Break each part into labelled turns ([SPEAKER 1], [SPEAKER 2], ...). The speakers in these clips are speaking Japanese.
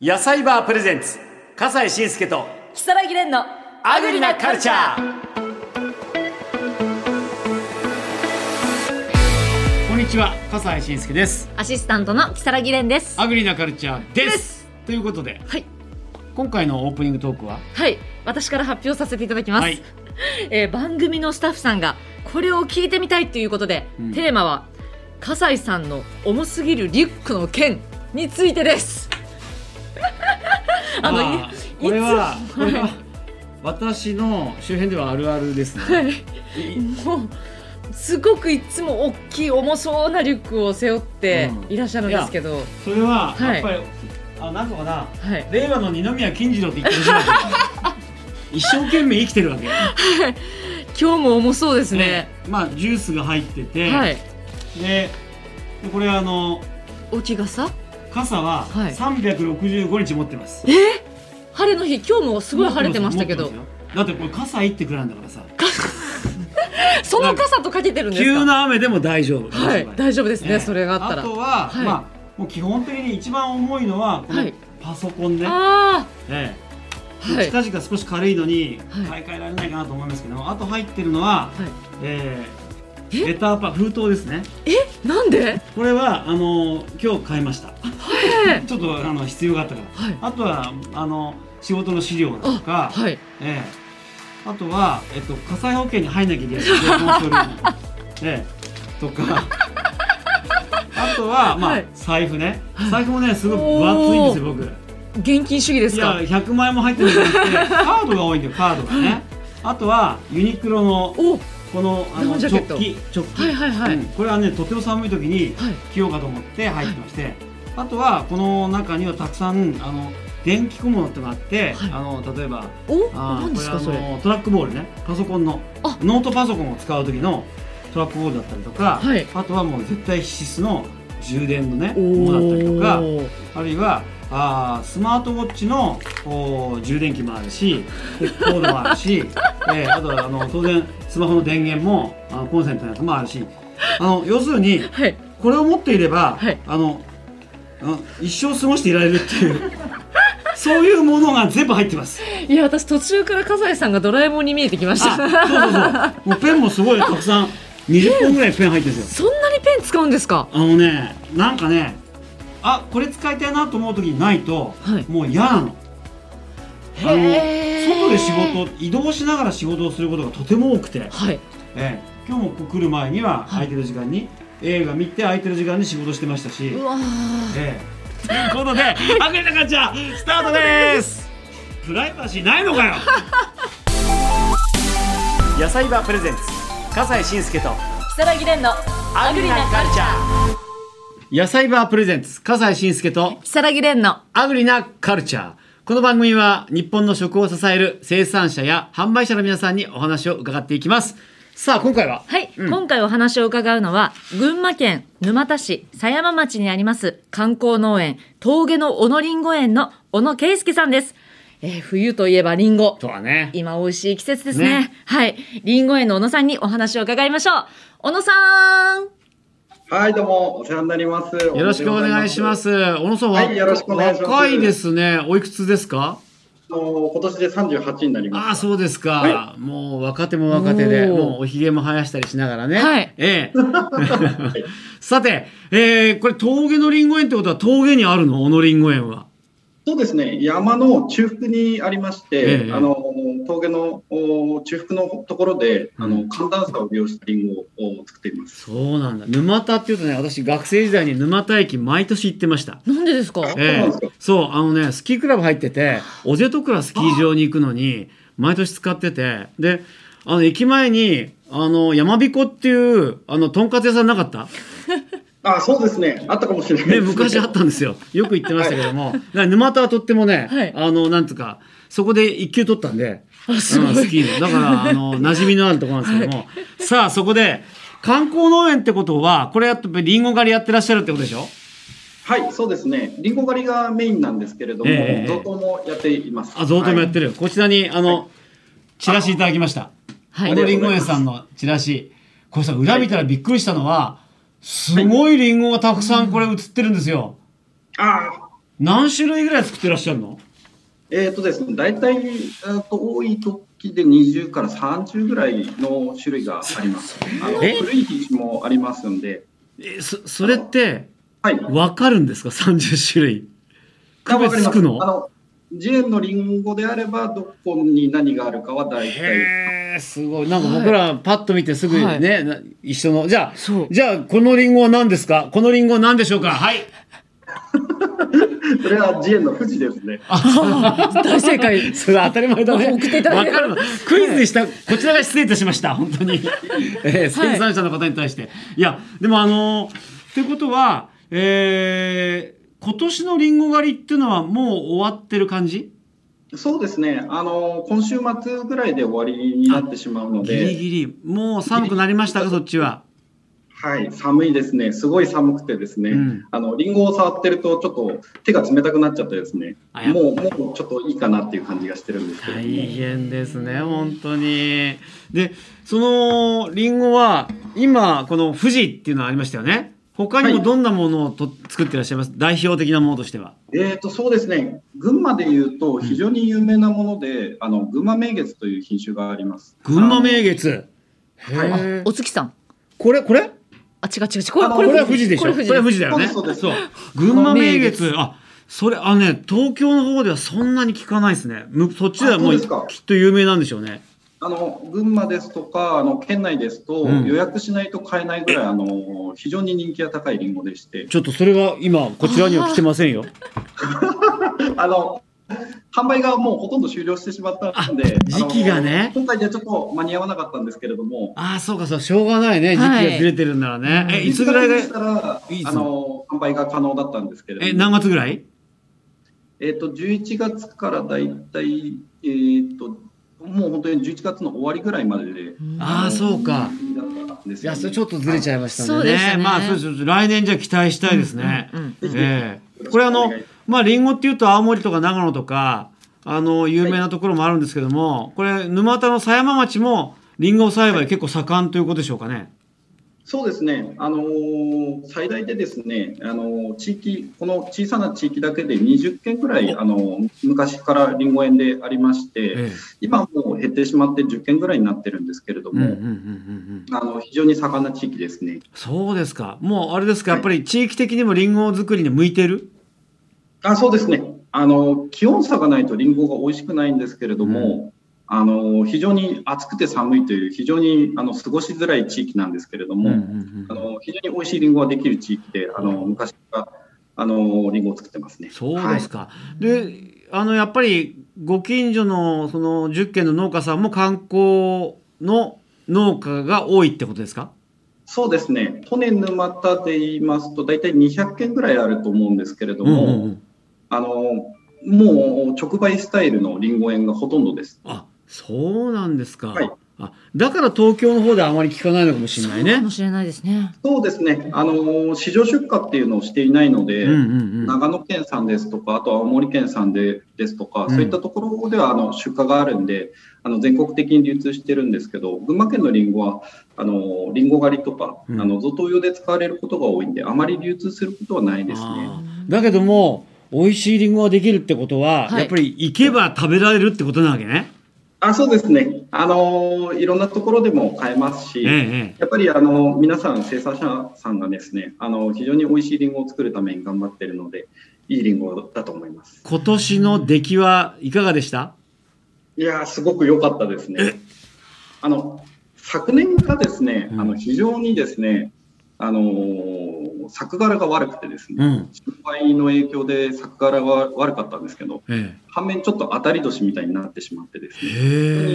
[SPEAKER 1] 野菜バープレゼンツ笠西慎介と
[SPEAKER 2] 木更木蓮の
[SPEAKER 1] アグリなカルチャー
[SPEAKER 3] こんにちは笠西慎介です
[SPEAKER 2] アシスタントの木更木蓮です
[SPEAKER 3] アグリなカルチャーです
[SPEAKER 2] です
[SPEAKER 3] ということで
[SPEAKER 2] はい
[SPEAKER 3] 今回のオープニングトークは
[SPEAKER 2] はい私から発表させていただきます、
[SPEAKER 3] はい
[SPEAKER 2] えー番組のスタッフさんがこれを聞いてみたいということで、
[SPEAKER 3] ん
[SPEAKER 2] テーマは笠井さんの重すぎるリュックの件についてです あの、
[SPEAKER 3] まあ
[SPEAKER 2] い
[SPEAKER 3] これはこれ
[SPEAKER 2] は
[SPEAKER 3] は私の周辺ではあるあるですね、
[SPEAKER 2] もうすごくいつも大きい重そうなリュックを背負って
[SPEAKER 3] うん
[SPEAKER 2] いらっしゃるんですけど、
[SPEAKER 3] それは
[SPEAKER 2] はい
[SPEAKER 3] やっぱり、あなんとかな
[SPEAKER 2] はい
[SPEAKER 3] 令和の二宮金次郎って言ってるじゃないです か一生懸命生きてるわけで
[SPEAKER 2] 今日も重そうですね、
[SPEAKER 3] まあジュースが入ってて、
[SPEAKER 2] はい
[SPEAKER 3] ででこれあの
[SPEAKER 2] お気がさ
[SPEAKER 3] 傘は
[SPEAKER 2] はい
[SPEAKER 3] 365日持ってます、
[SPEAKER 2] 晴れの日今日もすごい晴れてましたけど
[SPEAKER 3] 持ってますよだってこれ傘いってくらいなんだからさ
[SPEAKER 2] その傘とかけてるんですか
[SPEAKER 3] 急な雨でも大丈夫。
[SPEAKER 2] はい大丈夫ですね、
[SPEAKER 3] ええ
[SPEAKER 2] それがあったら
[SPEAKER 3] あとは、
[SPEAKER 2] はい
[SPEAKER 3] まあもう基本的に一番重いのはこ
[SPEAKER 2] は
[SPEAKER 3] の
[SPEAKER 2] い
[SPEAKER 3] パソコンね。
[SPEAKER 2] あ
[SPEAKER 3] え
[SPEAKER 2] あ
[SPEAKER 3] え
[SPEAKER 2] はい
[SPEAKER 3] 近々少し軽いのに
[SPEAKER 2] は
[SPEAKER 3] 買い替えられないかなと思いますけども、あと入ってるのは、
[SPEAKER 2] はい
[SPEAKER 3] ええ
[SPEAKER 2] え
[SPEAKER 3] レターパ封筒ですね。
[SPEAKER 2] えなんで
[SPEAKER 3] これはあの今日買いました。 ちょっとあの必要があったから。
[SPEAKER 2] はい
[SPEAKER 3] あとはあの仕事の資料だとか、
[SPEAKER 2] はい
[SPEAKER 3] ええあとは、えっと、火災保険に入んなきゃいけない 情報書類、ええ、とかあとは、まあ
[SPEAKER 2] はい
[SPEAKER 3] 財布ね
[SPEAKER 2] はい
[SPEAKER 3] 財布もねすごい
[SPEAKER 2] お
[SPEAKER 3] 分
[SPEAKER 2] ー
[SPEAKER 3] 厚いんですよ僕
[SPEAKER 2] 現金主義で
[SPEAKER 3] い
[SPEAKER 2] す
[SPEAKER 3] や
[SPEAKER 2] か
[SPEAKER 3] 100万円も入ってるんじゃな くてカードが多いんだよカードがねあとはユニクロの
[SPEAKER 2] おは
[SPEAKER 3] このあ
[SPEAKER 2] ダウ
[SPEAKER 3] の
[SPEAKER 2] ンジ
[SPEAKER 3] 直
[SPEAKER 2] ャケット
[SPEAKER 3] 帰直帰、
[SPEAKER 2] いはいはい、
[SPEAKER 3] うんこれはねとても寒い時に
[SPEAKER 2] はい
[SPEAKER 3] 着ようかと思って入ってまして、あとはこの中にはたくさんあの電気小物ってのがあって、
[SPEAKER 2] はい
[SPEAKER 3] あの例えば
[SPEAKER 2] お
[SPEAKER 3] あ
[SPEAKER 2] 何
[SPEAKER 3] ー
[SPEAKER 2] ですか
[SPEAKER 3] こ
[SPEAKER 2] そ
[SPEAKER 3] れ
[SPEAKER 2] れ
[SPEAKER 3] あのトラックボールねパソコンの
[SPEAKER 2] あ
[SPEAKER 3] ノートパソコンを使う時のトラックボールだったりとか、
[SPEAKER 2] はい
[SPEAKER 3] あとはもう絶対必須の充電のね
[SPEAKER 2] お
[SPEAKER 3] ものだったりとか
[SPEAKER 2] ー
[SPEAKER 3] あるいはあースマートウォッチのおー充電器もあるしでコードもあるし、 えーあとはあの当然スマホの電源もあのコンセントのやつもあるしあの要するに
[SPEAKER 2] はい
[SPEAKER 3] これを持っていれば、
[SPEAKER 2] はい
[SPEAKER 3] あのあの一生過ごしていられるって いうそういうものが全部入ってます。
[SPEAKER 2] いや私途中から笠井さんがドラえもんに見えてきました
[SPEAKER 3] あそうそうそう。もうペンもすごいたくさん、20本ぐらいペン入ってるんですよ。
[SPEAKER 2] そんなにペン使うんですか
[SPEAKER 3] あのね、なんかね、あこれ使いたいなと思う時にないと、
[SPEAKER 2] はい
[SPEAKER 3] もう嫌なの。あの
[SPEAKER 2] へー
[SPEAKER 3] 外で仕事移動しながら仕事をすることがとても多くて、
[SPEAKER 2] はい
[SPEAKER 3] ええ今日もここ来る前には
[SPEAKER 2] は
[SPEAKER 3] 空
[SPEAKER 2] い
[SPEAKER 3] いてる時間に、映画見て空いてる時間に仕事してましたし、
[SPEAKER 2] うわー
[SPEAKER 3] ええということで「アグリなカちゃん」スタートですプライバシーないのかよ
[SPEAKER 1] 野菜バープレゼンツ笠西慎介と
[SPEAKER 2] 如月蓮の
[SPEAKER 1] アグリなカルチャー
[SPEAKER 3] 野菜バープレゼンツ笠井信介と
[SPEAKER 2] 如月蓮の
[SPEAKER 3] アグリなカルチャー。この番組は日本の食を支える生産者や販売者の皆さんにお話を伺っていきます。さあ、今回は
[SPEAKER 2] はい、
[SPEAKER 3] うん
[SPEAKER 2] 今回お話を伺うのは群馬県沼田市狭山町にあります観光農園峠の小野りんご園の小野圭介さんです、えー冬といえばりんご
[SPEAKER 3] とはね、
[SPEAKER 2] 今美味しい季節ですね
[SPEAKER 3] ね
[SPEAKER 2] はいりんご園の小野さんにお話を伺いましょう小野さん
[SPEAKER 4] はい、どうも、お世話になります。よ
[SPEAKER 3] よろしくお願いします。小野さん、
[SPEAKER 4] はい
[SPEAKER 3] わ
[SPEAKER 4] よろしくお願いします
[SPEAKER 3] 若いですね。おいくつですか
[SPEAKER 4] あの今年で三十八になり
[SPEAKER 3] ああ、
[SPEAKER 4] ます。
[SPEAKER 3] そうですか。
[SPEAKER 4] は
[SPEAKER 3] もう若手も若手で、
[SPEAKER 2] おー
[SPEAKER 3] もうおひげも生やしたりしながらね。
[SPEAKER 2] はい
[SPEAKER 3] え えさて、えーこれ峠のりんご園ってことは峠にあるの小野りんご園は。
[SPEAKER 4] そうですね、山の中腹にありまして、
[SPEAKER 3] ええ
[SPEAKER 4] あの峠のお中腹のところで、あ
[SPEAKER 3] う
[SPEAKER 4] の
[SPEAKER 3] ん
[SPEAKER 4] 寒暖差を利用したリンゴを作っています。
[SPEAKER 3] そうなんだ。沼田っていうとね、私学生時代に沼田駅毎年行ってました。
[SPEAKER 2] なんでですか
[SPEAKER 4] あ
[SPEAKER 3] え
[SPEAKER 4] そうなん
[SPEAKER 3] え
[SPEAKER 4] ですか
[SPEAKER 3] そう、あのね、スキークラブ入ってて、オゼトクラスキー場に行くのに、毎年使ってて、で、あの、駅前に、あの、山彦っていう、あの、とんかつ屋さんなかった
[SPEAKER 4] あ、そうですね、あったかもしれない
[SPEAKER 3] ね、
[SPEAKER 4] です、ね。
[SPEAKER 3] 昔あったんですよ。よく行ってましたけども。だから沼田はとってもね、
[SPEAKER 2] はい
[SPEAKER 3] あの、なんとか、そこで一級取ったんで、
[SPEAKER 2] あすごい
[SPEAKER 3] うんスキーの。だから、あの、馴染みのあるところなんですけども。さあ、そこで、観光農園ってことは、これやっぱりリンゴ狩りやってらっしゃるってことでしょ
[SPEAKER 4] はい、そうですね、リンゴ狩りがメインなんですけれども、
[SPEAKER 3] ええ
[SPEAKER 4] 贈答もやっています。
[SPEAKER 3] あ、贈答もやって
[SPEAKER 4] る。
[SPEAKER 3] る。こちらに、あの、チラシいただきました。
[SPEAKER 2] は
[SPEAKER 3] こ
[SPEAKER 2] い
[SPEAKER 3] のりんご園さんのチラシ。これさ、裏見たらびっくりしたのは、すごいりんごがたくさんこれ映ってるんですよ。
[SPEAKER 4] はいあ、
[SPEAKER 3] 何種類ぐらい作ってらっしゃるの
[SPEAKER 4] えっ、とですね、大体、えー、と多い時で20から30ぐらいの種類があります。あの
[SPEAKER 3] え
[SPEAKER 4] 古い品種もありますんで、
[SPEAKER 3] えそそれって
[SPEAKER 4] はい。
[SPEAKER 3] 分かるんですか30種類
[SPEAKER 4] あ
[SPEAKER 3] 区
[SPEAKER 4] わか
[SPEAKER 3] 別
[SPEAKER 4] り
[SPEAKER 3] つ
[SPEAKER 4] ま
[SPEAKER 3] く
[SPEAKER 4] す
[SPEAKER 3] の
[SPEAKER 4] あのジェーンのリンゴであれば、どこに何があるかは大体。
[SPEAKER 3] へえすごいなんか僕らパッと見てすぐね、
[SPEAKER 2] はい
[SPEAKER 3] な一緒のじゃあ
[SPEAKER 2] そう
[SPEAKER 3] じゃあこのリンゴは何ですかこのリンゴは何でしょうかはい
[SPEAKER 4] それはジェーンの富士ですね。
[SPEAKER 2] 大正 解。
[SPEAKER 3] それは当たり前だね
[SPEAKER 2] 送っていただいて
[SPEAKER 3] わかるのクイズにした、こちらが失礼いたしました本 当に、えー、生産者の方に対して、い、やでもあのー、ってことはえー、今年のリンゴ狩りっていうのはもう終わってる感じ
[SPEAKER 4] そうですね。あの、今週末ぐらいで終わりになってしまうの
[SPEAKER 3] ギリ
[SPEAKER 4] で、
[SPEAKER 3] ギリもう寒くなりましたかそっちは
[SPEAKER 4] はい、寒いですね。すごい寒くてですね、
[SPEAKER 3] うん
[SPEAKER 4] あの、リンゴを触ってると、ちょっと手が冷たくなっちゃってですね
[SPEAKER 3] あや、っ
[SPEAKER 4] もう、もうちょっといいかなっていう感じがしてるんですけれど
[SPEAKER 3] 大
[SPEAKER 4] も。
[SPEAKER 3] 変ですね本当にでそのリンゴは今この富士っていうのありましたよね他にも
[SPEAKER 4] はい
[SPEAKER 3] どんなものをと、作ってらっしゃいます代表的なものとしては
[SPEAKER 4] えー、とそうですね、群馬でいうと、非常に有名なもので、あの群馬名月という品種があります。
[SPEAKER 3] 群馬名
[SPEAKER 4] 月
[SPEAKER 3] 月へ
[SPEAKER 4] はい
[SPEAKER 3] ー
[SPEAKER 2] お月さん。
[SPEAKER 3] これこれ
[SPEAKER 2] あ、違う違う違う。これ
[SPEAKER 4] あの
[SPEAKER 3] これは
[SPEAKER 2] 富
[SPEAKER 3] 富
[SPEAKER 2] 士
[SPEAKER 3] 士でしょこ
[SPEAKER 2] これ
[SPEAKER 3] れ
[SPEAKER 2] 富士です
[SPEAKER 3] 富士だよね
[SPEAKER 4] そうです
[SPEAKER 3] そ
[SPEAKER 4] そうう
[SPEAKER 3] 群馬名
[SPEAKER 2] 群
[SPEAKER 3] 月あそれあね東京の方ではそんなに聞かないですねむそっちではも
[SPEAKER 4] あそう
[SPEAKER 3] う
[SPEAKER 4] ですか
[SPEAKER 3] きっと有名なんでしょうね
[SPEAKER 4] あの群馬ですとか、あの県内ですと、
[SPEAKER 3] うん
[SPEAKER 4] 予約しないと買えないぐらい、あの非常に人気が高いりんごでして、
[SPEAKER 3] ちょっとそれは今こちらには来てませんよ
[SPEAKER 4] あの販売がもうほとんど終了してしまったんで、
[SPEAKER 3] 時期がね
[SPEAKER 4] あの今回ではちょっと間に合わなかったんですけれども、
[SPEAKER 3] ああそうかそうしょうがないね時期
[SPEAKER 2] はい
[SPEAKER 3] がずれてるんならね、えいつぐらい
[SPEAKER 4] で
[SPEAKER 3] が
[SPEAKER 4] したら
[SPEAKER 3] いつ
[SPEAKER 4] あの販売が可能だったんですけれども。
[SPEAKER 3] え何月ぐらい
[SPEAKER 4] えっと11月からだいたい、えっともう本当に11月の終わりぐらいまでで、
[SPEAKER 3] ああそうか
[SPEAKER 4] だったんです
[SPEAKER 3] いや
[SPEAKER 4] よね
[SPEAKER 3] それちょっとずれちゃいましたんでね
[SPEAKER 2] そうでしたね
[SPEAKER 3] まあそうですそうです来年じゃ期待したいですね、
[SPEAKER 2] うんうん
[SPEAKER 3] ええこれあのまあリンゴっていうと青森とか長野とかあの有名なところもあるんですけども、これ沼田の狭山町もリンゴ栽培結構盛んということでしょうかね、
[SPEAKER 4] そうですね、あのー最大でですね、あのー地域、この小さな地域だけで20件ぐらい、あのー昔からりんご園でありまして、
[SPEAKER 3] ええ
[SPEAKER 4] 今もう減ってしまって10件ぐらいになってるんですけれど
[SPEAKER 3] うん
[SPEAKER 4] も、
[SPEAKER 3] うんうんうんうん
[SPEAKER 4] あの非常に盛んな地域ですね。
[SPEAKER 3] そうですかもうあれですかやっぱり地域的にもリンゴ作りに向いてる
[SPEAKER 4] あそうですねあの気温差がないとリンゴが美味しくないんですけれども、あの非常に暑くて寒いという非常にあの過ごしづらい地域なんですけれども、
[SPEAKER 3] うんうん
[SPEAKER 4] あ
[SPEAKER 3] うん
[SPEAKER 4] の非常に美味しいリンゴができる地域であの昔からあのリンゴを作ってますね。
[SPEAKER 3] そうですか、であのやっぱりご近所のその10軒の農家さんも観光の農家が多いってことですか
[SPEAKER 4] そうですね、去年沼田で言いますと、大体200件ぐらいあると思うんですけれども、
[SPEAKER 3] うんうんうん
[SPEAKER 4] あのもう直売スタイルのリンゴ園がほとんどです。
[SPEAKER 3] あそうなんですか、
[SPEAKER 4] はい
[SPEAKER 3] あだから東京の方であまり聞かないのかもしれない
[SPEAKER 2] か
[SPEAKER 3] ね
[SPEAKER 2] も。しれないですね。
[SPEAKER 4] そうですね、あの市場出荷っていうのをしていないので、
[SPEAKER 3] うんうんうん、
[SPEAKER 4] 長野県産ですとか、あと青森県産でですとか、
[SPEAKER 3] ん
[SPEAKER 4] そういったところではあの出荷があるんで、あの全国的に流通してるんですけど、群馬県のりんごはあのりんご狩りとか、
[SPEAKER 3] うん
[SPEAKER 4] あの贈答用で使われることが多いんで、あまり流通することはないですね。
[SPEAKER 3] あーだけども美味しいりんごができるってことは、
[SPEAKER 2] はい
[SPEAKER 3] やっぱり行けば食べられるってことなわけね。
[SPEAKER 4] あそうですね、あのいろんなところでも買えますし、
[SPEAKER 3] えええ
[SPEAKER 4] やっぱりあの皆さん、生産者さんがですねあの非常に美味しいりんごを作るために頑張ってるので、いいりんごだと思います。
[SPEAKER 3] 今年の出来はいかがでした
[SPEAKER 4] いやー、すごく良かったですね。あの昨年がですね、
[SPEAKER 3] うん
[SPEAKER 4] あの非常にですね、あのー作柄が悪くてです
[SPEAKER 3] う
[SPEAKER 4] ね、
[SPEAKER 3] ん。
[SPEAKER 4] 失敗の影響で作柄は悪かったんですけど、
[SPEAKER 3] え
[SPEAKER 4] 反面ちょっと当たり年みたいになってしまってです
[SPEAKER 3] え。
[SPEAKER 4] ね、
[SPEAKER 3] へ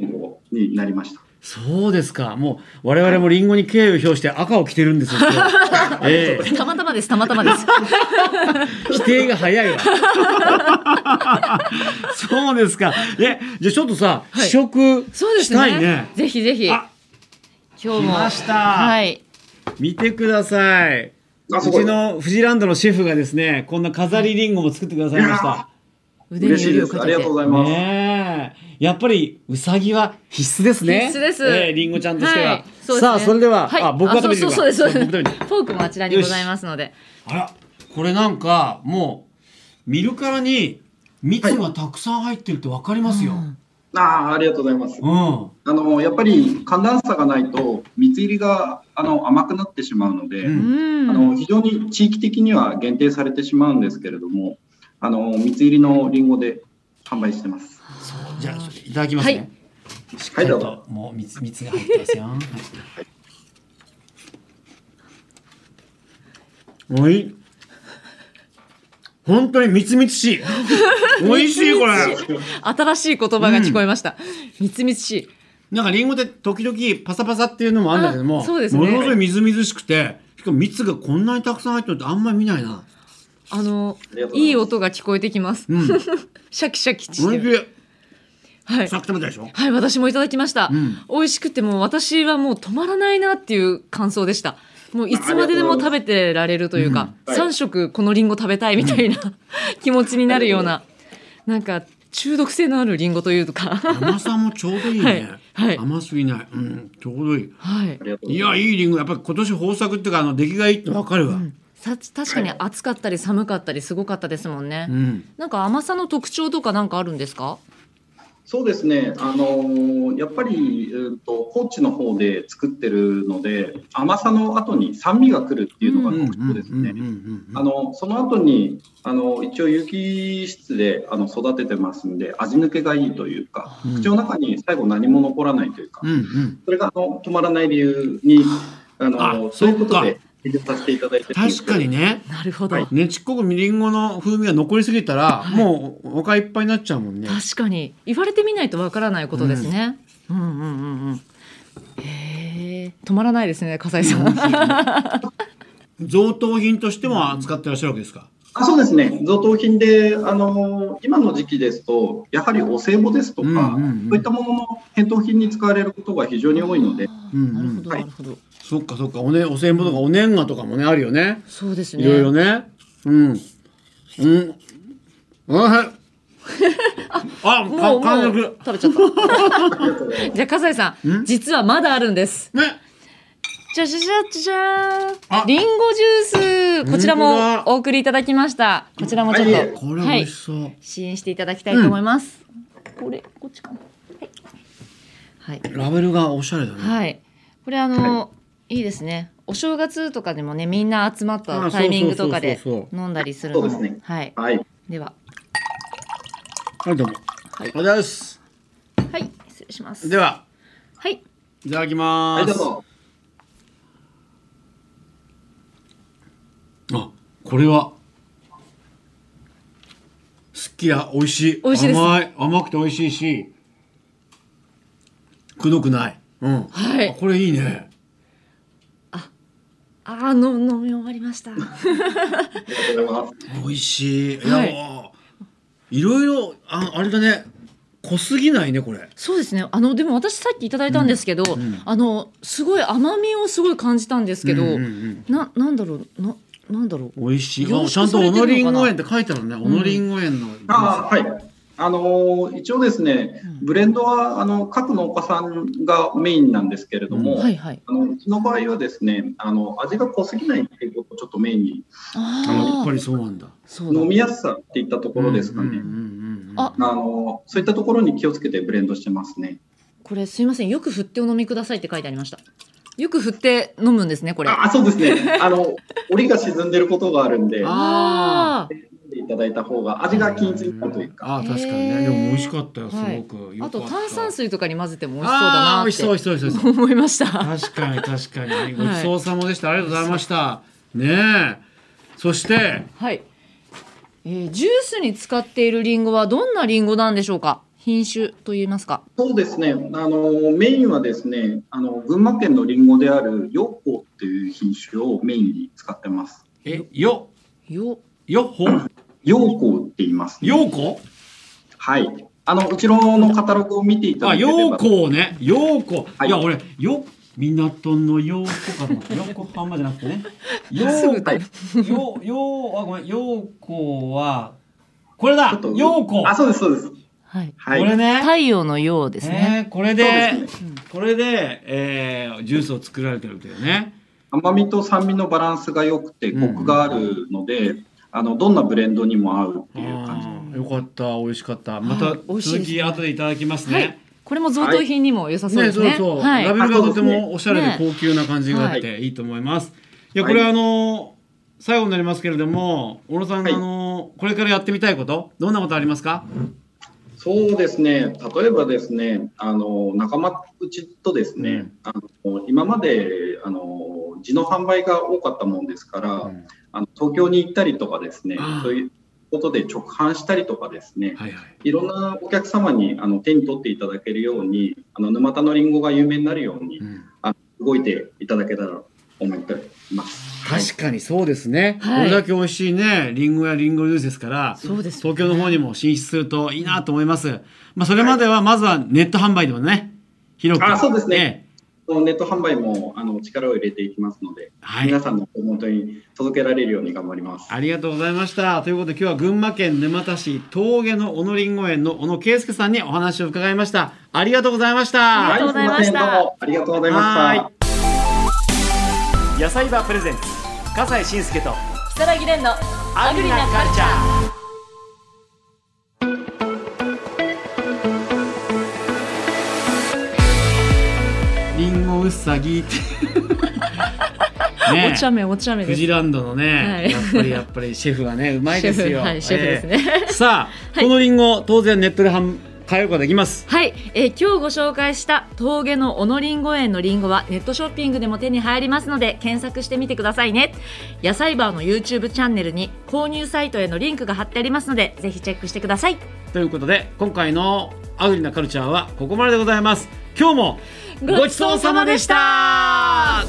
[SPEAKER 3] え。
[SPEAKER 4] いいリンゴになりました。
[SPEAKER 3] そうですか。もう我々もリンゴに敬意を表して赤を着てるん ですよ。今日ええ
[SPEAKER 2] たまたまです、たまた まです。
[SPEAKER 3] 否定が早 いわ。そうですか。え、じゃあちょっとさ、
[SPEAKER 2] はい
[SPEAKER 3] 試食
[SPEAKER 2] そうです
[SPEAKER 3] したいね
[SPEAKER 2] ね。。ぜひぜひ。今
[SPEAKER 3] あ、
[SPEAKER 2] 日
[SPEAKER 3] 来
[SPEAKER 2] も。
[SPEAKER 3] ました。
[SPEAKER 2] はい。
[SPEAKER 3] 見てください。う
[SPEAKER 4] あすごい
[SPEAKER 3] ちのフジランドのシェフがですね、こんな飾りリンゴも作ってくださいまし
[SPEAKER 4] いや
[SPEAKER 3] た。
[SPEAKER 2] 腕
[SPEAKER 4] 嬉
[SPEAKER 2] に
[SPEAKER 4] し
[SPEAKER 2] 指
[SPEAKER 4] いで
[SPEAKER 2] をか
[SPEAKER 4] す。あ
[SPEAKER 2] け
[SPEAKER 4] りが
[SPEAKER 2] て
[SPEAKER 4] とう。ございます。
[SPEAKER 3] ねえ、やっぱりうさぎは必須ですね。
[SPEAKER 2] 必須です
[SPEAKER 3] ええリンゴちゃんとしては。
[SPEAKER 2] はいそうですね
[SPEAKER 3] さあ、それでは、
[SPEAKER 2] はい
[SPEAKER 3] あ、僕が食べてる
[SPEAKER 2] そう
[SPEAKER 3] か
[SPEAKER 2] そうそうです。
[SPEAKER 3] 僕食べてる
[SPEAKER 2] フォークもあちらにございますので。
[SPEAKER 3] あら、これなんかもう見るからに蜜がたくさん入ってるってわかりますよ。
[SPEAKER 4] あーありがとうございます。
[SPEAKER 3] うん。
[SPEAKER 4] あのやっぱり寒暖差がないと蜜入りがあの甘くなってしまうので、
[SPEAKER 3] う
[SPEAKER 2] うんん。
[SPEAKER 4] あの非常に地域的には限定されてしまうんですけれども、あの蜜入りのリンゴで販売してます。
[SPEAKER 3] じゃあいただきますね。しっかり
[SPEAKER 4] はいど
[SPEAKER 3] ともう蜜蜜が入ってますよ。はいおい。本当にみつみつし い。おいしいこれ。
[SPEAKER 2] 新しい言葉が聞こえました。みつみつしい。
[SPEAKER 3] なんかリンゴって時々パサパサっていうのもあるんだけども、
[SPEAKER 2] あそうですね
[SPEAKER 3] ものすごいみずみずしくて、しかも蜜がこんなにたくさん入ってるってあんまり見ないな。
[SPEAKER 2] あの
[SPEAKER 4] ありがとうございます
[SPEAKER 2] いい音が聞こえてきます。
[SPEAKER 3] うん。おいし
[SPEAKER 2] シャキシャキしてる。
[SPEAKER 3] い。
[SPEAKER 2] はい
[SPEAKER 3] さ。っき食べたでしょ。
[SPEAKER 2] はい、私もいただきました。
[SPEAKER 3] うん
[SPEAKER 2] 美味しくてもう私はもう止まらないなっていう感想でした。もういつまででも食べてられるというか、
[SPEAKER 4] うんはい
[SPEAKER 2] 3食このリンゴ食べたいみたいな 気持ちになるような、なんか中毒性のあるリンゴというか。
[SPEAKER 3] 甘さもちょうどいいね。
[SPEAKER 2] はいはい
[SPEAKER 3] 甘すぎない。うん、ちょうどいい。
[SPEAKER 2] はい
[SPEAKER 4] あ。りがとうござ
[SPEAKER 3] い
[SPEAKER 4] いま
[SPEAKER 3] や、
[SPEAKER 4] す。
[SPEAKER 3] いいリンゴ。やっぱり今年豊作っていうか、あの、出来がいいってわかるわ。うん。
[SPEAKER 2] さ確かに暑かったり寒かったりすごかったですもんね。なんか甘さの特徴とかなんかあるんですか？
[SPEAKER 4] そうですね。あのやっぱり、えー、と高知の方で作ってるので甘さの後に酸味が来るっていうの
[SPEAKER 3] うん
[SPEAKER 4] が
[SPEAKER 3] うん
[SPEAKER 4] 特徴ですね。
[SPEAKER 3] うん
[SPEAKER 4] あのその後にあの一応有機質であの育ててますんで味抜けがいいというか、
[SPEAKER 3] うん
[SPEAKER 4] 口の中に最後何も残らないというか、
[SPEAKER 3] うんうん。
[SPEAKER 4] それがあの止まらない理由にあの
[SPEAKER 3] あ
[SPEAKER 4] そういうこ
[SPEAKER 3] そっ
[SPEAKER 4] と
[SPEAKER 3] か
[SPEAKER 4] で入れさせていただいてるんです
[SPEAKER 3] 確
[SPEAKER 4] けど
[SPEAKER 3] かにね。
[SPEAKER 2] なるほど。
[SPEAKER 3] ねちっこくみりんごの風味が残りすぎたら、もうお腹いっぱいになっちゃうもんね。
[SPEAKER 2] 確かに言われてみないとわからないことですね。うん、うん、うんうんうんへえ止まらないですね笠井さん。
[SPEAKER 3] 贈答品としても扱ってらっしゃるわけですか。
[SPEAKER 4] あそうですね贈答品であの今の時期ですとやはりお歳暮ですとか、
[SPEAKER 3] うんうんうん
[SPEAKER 4] そういったものの返答品に使われることが非常に多いので
[SPEAKER 3] うん
[SPEAKER 2] なるほど
[SPEAKER 4] は
[SPEAKER 2] ないるほど。
[SPEAKER 3] そっかそっか、おね、お歳暮とかお年賀とかもね、あるよね。
[SPEAKER 2] そうです
[SPEAKER 3] いろいろ
[SPEAKER 2] ね。
[SPEAKER 3] ね。うん。うん。 あ、あ、
[SPEAKER 2] もう
[SPEAKER 3] か
[SPEAKER 2] も
[SPEAKER 3] 完
[SPEAKER 2] う
[SPEAKER 3] 食。
[SPEAKER 2] 食べちゃ った。じゃあ笠井さん
[SPEAKER 3] ん
[SPEAKER 2] 実はまだあるんです。
[SPEAKER 3] ね。
[SPEAKER 2] じゃじゃじゃじゃじゃー
[SPEAKER 3] あ
[SPEAKER 2] ん。リンゴジュースこちら
[SPEAKER 3] 本当
[SPEAKER 2] も
[SPEAKER 3] だ
[SPEAKER 2] お送りいただきました。こちらもちょっ
[SPEAKER 4] はい
[SPEAKER 2] と
[SPEAKER 3] これ美
[SPEAKER 2] はい
[SPEAKER 3] 味しそう。
[SPEAKER 2] 支援していただきたいと思います。これこっちかな。はい。はい
[SPEAKER 3] ラベルがおしゃれだね。
[SPEAKER 2] はい。これあの、い、いですね。お正月とかでもね、みんな集まっ
[SPEAKER 3] あ
[SPEAKER 2] た
[SPEAKER 3] ー
[SPEAKER 2] タイミングとかで
[SPEAKER 3] そうそうそう
[SPEAKER 2] 飲んだりするのも。
[SPEAKER 4] そうですね
[SPEAKER 2] はい。
[SPEAKER 4] はい
[SPEAKER 2] では、
[SPEAKER 3] はい、どうも。
[SPEAKER 2] は
[SPEAKER 3] はいい、おはようございます。
[SPEAKER 2] はい、失礼します。
[SPEAKER 3] では、
[SPEAKER 2] はい。
[SPEAKER 3] いただきま
[SPEAKER 4] はい
[SPEAKER 3] す。
[SPEAKER 4] どうぞ
[SPEAKER 3] あ、これは。すっきや、美味しい。
[SPEAKER 2] 美味しいです
[SPEAKER 3] 甘い、甘くて美味しいし。くどくない。うん。
[SPEAKER 2] はい
[SPEAKER 3] あこれいいね。
[SPEAKER 2] ああ、の飲み終わりました。
[SPEAKER 4] ありがとうご ざいます
[SPEAKER 3] 美味しい。
[SPEAKER 2] はい
[SPEAKER 3] いや、いろいろ、あ、あれだね。濃すぎないね、これ。
[SPEAKER 2] そうですね。あの、でも私さっきいただいたんですけど、あの、すごい甘みをすごい感じたんですけど、
[SPEAKER 3] うんうんうん
[SPEAKER 2] な、なんだろう、な、なんだろう。
[SPEAKER 3] 美味しい。
[SPEAKER 2] 凝
[SPEAKER 3] あ
[SPEAKER 2] 縮
[SPEAKER 3] ちゃんと
[SPEAKER 2] され
[SPEAKER 3] 小
[SPEAKER 2] てるのかな
[SPEAKER 3] 野りんご園って書いてあるね。小野りんご園の。
[SPEAKER 4] あーはい。あのー一応ですね、ブレンドはあの各農家さんがメインなんですけれども、
[SPEAKER 2] はいはい。
[SPEAKER 4] あのうちの場合はですね、あの味が濃すぎないっていうことをちょっとメインに、
[SPEAKER 3] あのや
[SPEAKER 2] あ
[SPEAKER 3] っぱ
[SPEAKER 2] あ、
[SPEAKER 3] りそうなんだ。
[SPEAKER 2] そうだ
[SPEAKER 4] 飲みやすさっていったところですかね。
[SPEAKER 3] うんうんうんうん
[SPEAKER 2] あ
[SPEAKER 4] あのそういったところに気をつけてブレンドしてますね。
[SPEAKER 2] これすいません。よく振ってお飲みくださいって書いてありました。よく振って飲むんですね、これ。
[SPEAKER 4] あ、そうですね。あの折が沈んでることがあるんで、飲
[SPEAKER 3] あ
[SPEAKER 2] あ
[SPEAKER 4] んでいただいた方が味が均一になるというか。
[SPEAKER 3] あー確かに
[SPEAKER 2] へー
[SPEAKER 3] ね。でも美味しかったよ。す
[SPEAKER 2] はい
[SPEAKER 3] ごく。
[SPEAKER 2] あ。あ
[SPEAKER 3] よか
[SPEAKER 2] と
[SPEAKER 3] った
[SPEAKER 2] 炭酸。水とかに混ぜても美味しそうだ
[SPEAKER 3] あ
[SPEAKER 2] な
[SPEAKER 3] あー、美味しそう、美味
[SPEAKER 2] っ
[SPEAKER 3] しそう、美味してそう。
[SPEAKER 2] 思いました。
[SPEAKER 3] 確かに、確かに。ごちそうさまでした。ありがとうございました。ねえ。そして。
[SPEAKER 2] はい。えージュースに使っているリンゴはどんなリンゴなんでしょうか。品種と言いますか。
[SPEAKER 4] そうですね。あのメインはですね、あの群馬県のリンゴである陽光っていう品種をメインに使ってます。
[SPEAKER 3] え、よ、
[SPEAKER 2] よ。
[SPEAKER 3] よっほ。
[SPEAKER 4] 陽光って言います、
[SPEAKER 3] ようこ。
[SPEAKER 4] はい。あのうちのカタログを見ていただ
[SPEAKER 3] あ、
[SPEAKER 4] けれ
[SPEAKER 3] よう
[SPEAKER 4] ば。
[SPEAKER 3] こね。ようこ。
[SPEAKER 4] はい
[SPEAKER 3] いや、俺、よ、港のようこかと思 った。ようこはあんまじゃなくてね。よ
[SPEAKER 2] すぐ
[SPEAKER 3] う
[SPEAKER 2] 歌う
[SPEAKER 3] よう、よう、あ、ごめん、ようこは。これ
[SPEAKER 4] ちょ
[SPEAKER 3] だ
[SPEAKER 4] っと。
[SPEAKER 3] ようこ。
[SPEAKER 4] あ、そうですそうです。
[SPEAKER 2] はい。
[SPEAKER 3] こ
[SPEAKER 4] はい。
[SPEAKER 3] れね。
[SPEAKER 2] 太陽のようですね。
[SPEAKER 3] えーこれ
[SPEAKER 4] そう
[SPEAKER 3] で
[SPEAKER 4] で
[SPEAKER 3] これで、えージュースを作られてるけどね。
[SPEAKER 4] 甘みと酸味のバランスが良くてコクがあるので、あのどんなブレンドにも合うっていう感じ。
[SPEAKER 3] あーよかった、美味しかった。また
[SPEAKER 2] はい美
[SPEAKER 3] 続
[SPEAKER 2] 味しいです
[SPEAKER 3] き後でいただきます
[SPEAKER 2] は
[SPEAKER 3] ね
[SPEAKER 2] い。。これも贈答品にも良さそう
[SPEAKER 3] ね、
[SPEAKER 2] です
[SPEAKER 3] そう
[SPEAKER 2] ね。
[SPEAKER 3] そう。
[SPEAKER 2] はい。
[SPEAKER 3] ラベルがとてもおしゃれで
[SPEAKER 2] ね
[SPEAKER 3] 高級な感じがあっ
[SPEAKER 4] は
[SPEAKER 3] ていいと思います。いや、これ
[SPEAKER 4] はい
[SPEAKER 3] あの最後になりますけれども、小野さん
[SPEAKER 4] は
[SPEAKER 3] あ
[SPEAKER 4] い
[SPEAKER 3] のこれからやってみたいこと、どんなことありますか？
[SPEAKER 4] そうですね、例えばですね、あの仲間内とですね、
[SPEAKER 3] うん
[SPEAKER 4] あの今まであの地の販売が多かったもんですから、
[SPEAKER 3] うん
[SPEAKER 4] あの東京に行ったりとかですね
[SPEAKER 3] あー、
[SPEAKER 4] そういうことで直販したりとかですね、
[SPEAKER 3] はいはい。
[SPEAKER 4] いろんなお客様にあの手に取っていただけるように、あの沼田のりんごが有名になるように、
[SPEAKER 3] うん
[SPEAKER 4] あの動いていただけたらと思っています。はい
[SPEAKER 3] 確かにそうですね、
[SPEAKER 2] はい
[SPEAKER 3] これだけ美味しいねリンゴやリンゴジュースですから
[SPEAKER 2] そうですよ
[SPEAKER 3] 東京の方にも進出するといいなと思います、まあ、それまではまずはネット販売でもね広く
[SPEAKER 4] あそうですね
[SPEAKER 3] ええ
[SPEAKER 4] ネット販売もあの力を入れていきますので、
[SPEAKER 3] はい
[SPEAKER 4] 皆さんの本当に届けられるように頑張ります。
[SPEAKER 3] ありがとうございましたということで今日は群馬県沼田市峠の小野りんご園の小野圭介さんにお話を伺いましたありがとうございました
[SPEAKER 2] ありがとうございました
[SPEAKER 4] はすせんどうもありがとうございまし
[SPEAKER 3] は
[SPEAKER 4] た
[SPEAKER 3] ーい。
[SPEAKER 1] 野菜場プレゼンツ笠西慎介と
[SPEAKER 2] 木更木蓮の
[SPEAKER 1] アグリなカルチャー
[SPEAKER 3] りんごうさ ぎってねえ
[SPEAKER 2] お茶目お茶目
[SPEAKER 3] フ
[SPEAKER 2] です。
[SPEAKER 3] ジランドのね、
[SPEAKER 2] はい
[SPEAKER 3] やっぱりやっぱりシェフはねうまいですよ。
[SPEAKER 2] シェフはいシェフですね
[SPEAKER 3] ええさあ、このリンゴ当然ネットで販買えることができます。
[SPEAKER 2] はい、えー今日ご紹介した峠の小野りんご園のりんごはネットショッピングでも手に入りますので検索してみてくださいね野菜バーの YouTube チャンネルに購入サイトへのリンクが貼ってありますのでぜひチェックしてください
[SPEAKER 3] ということで今回のアグリなカルチャーはここまででございます。今日もごちそうさまでした。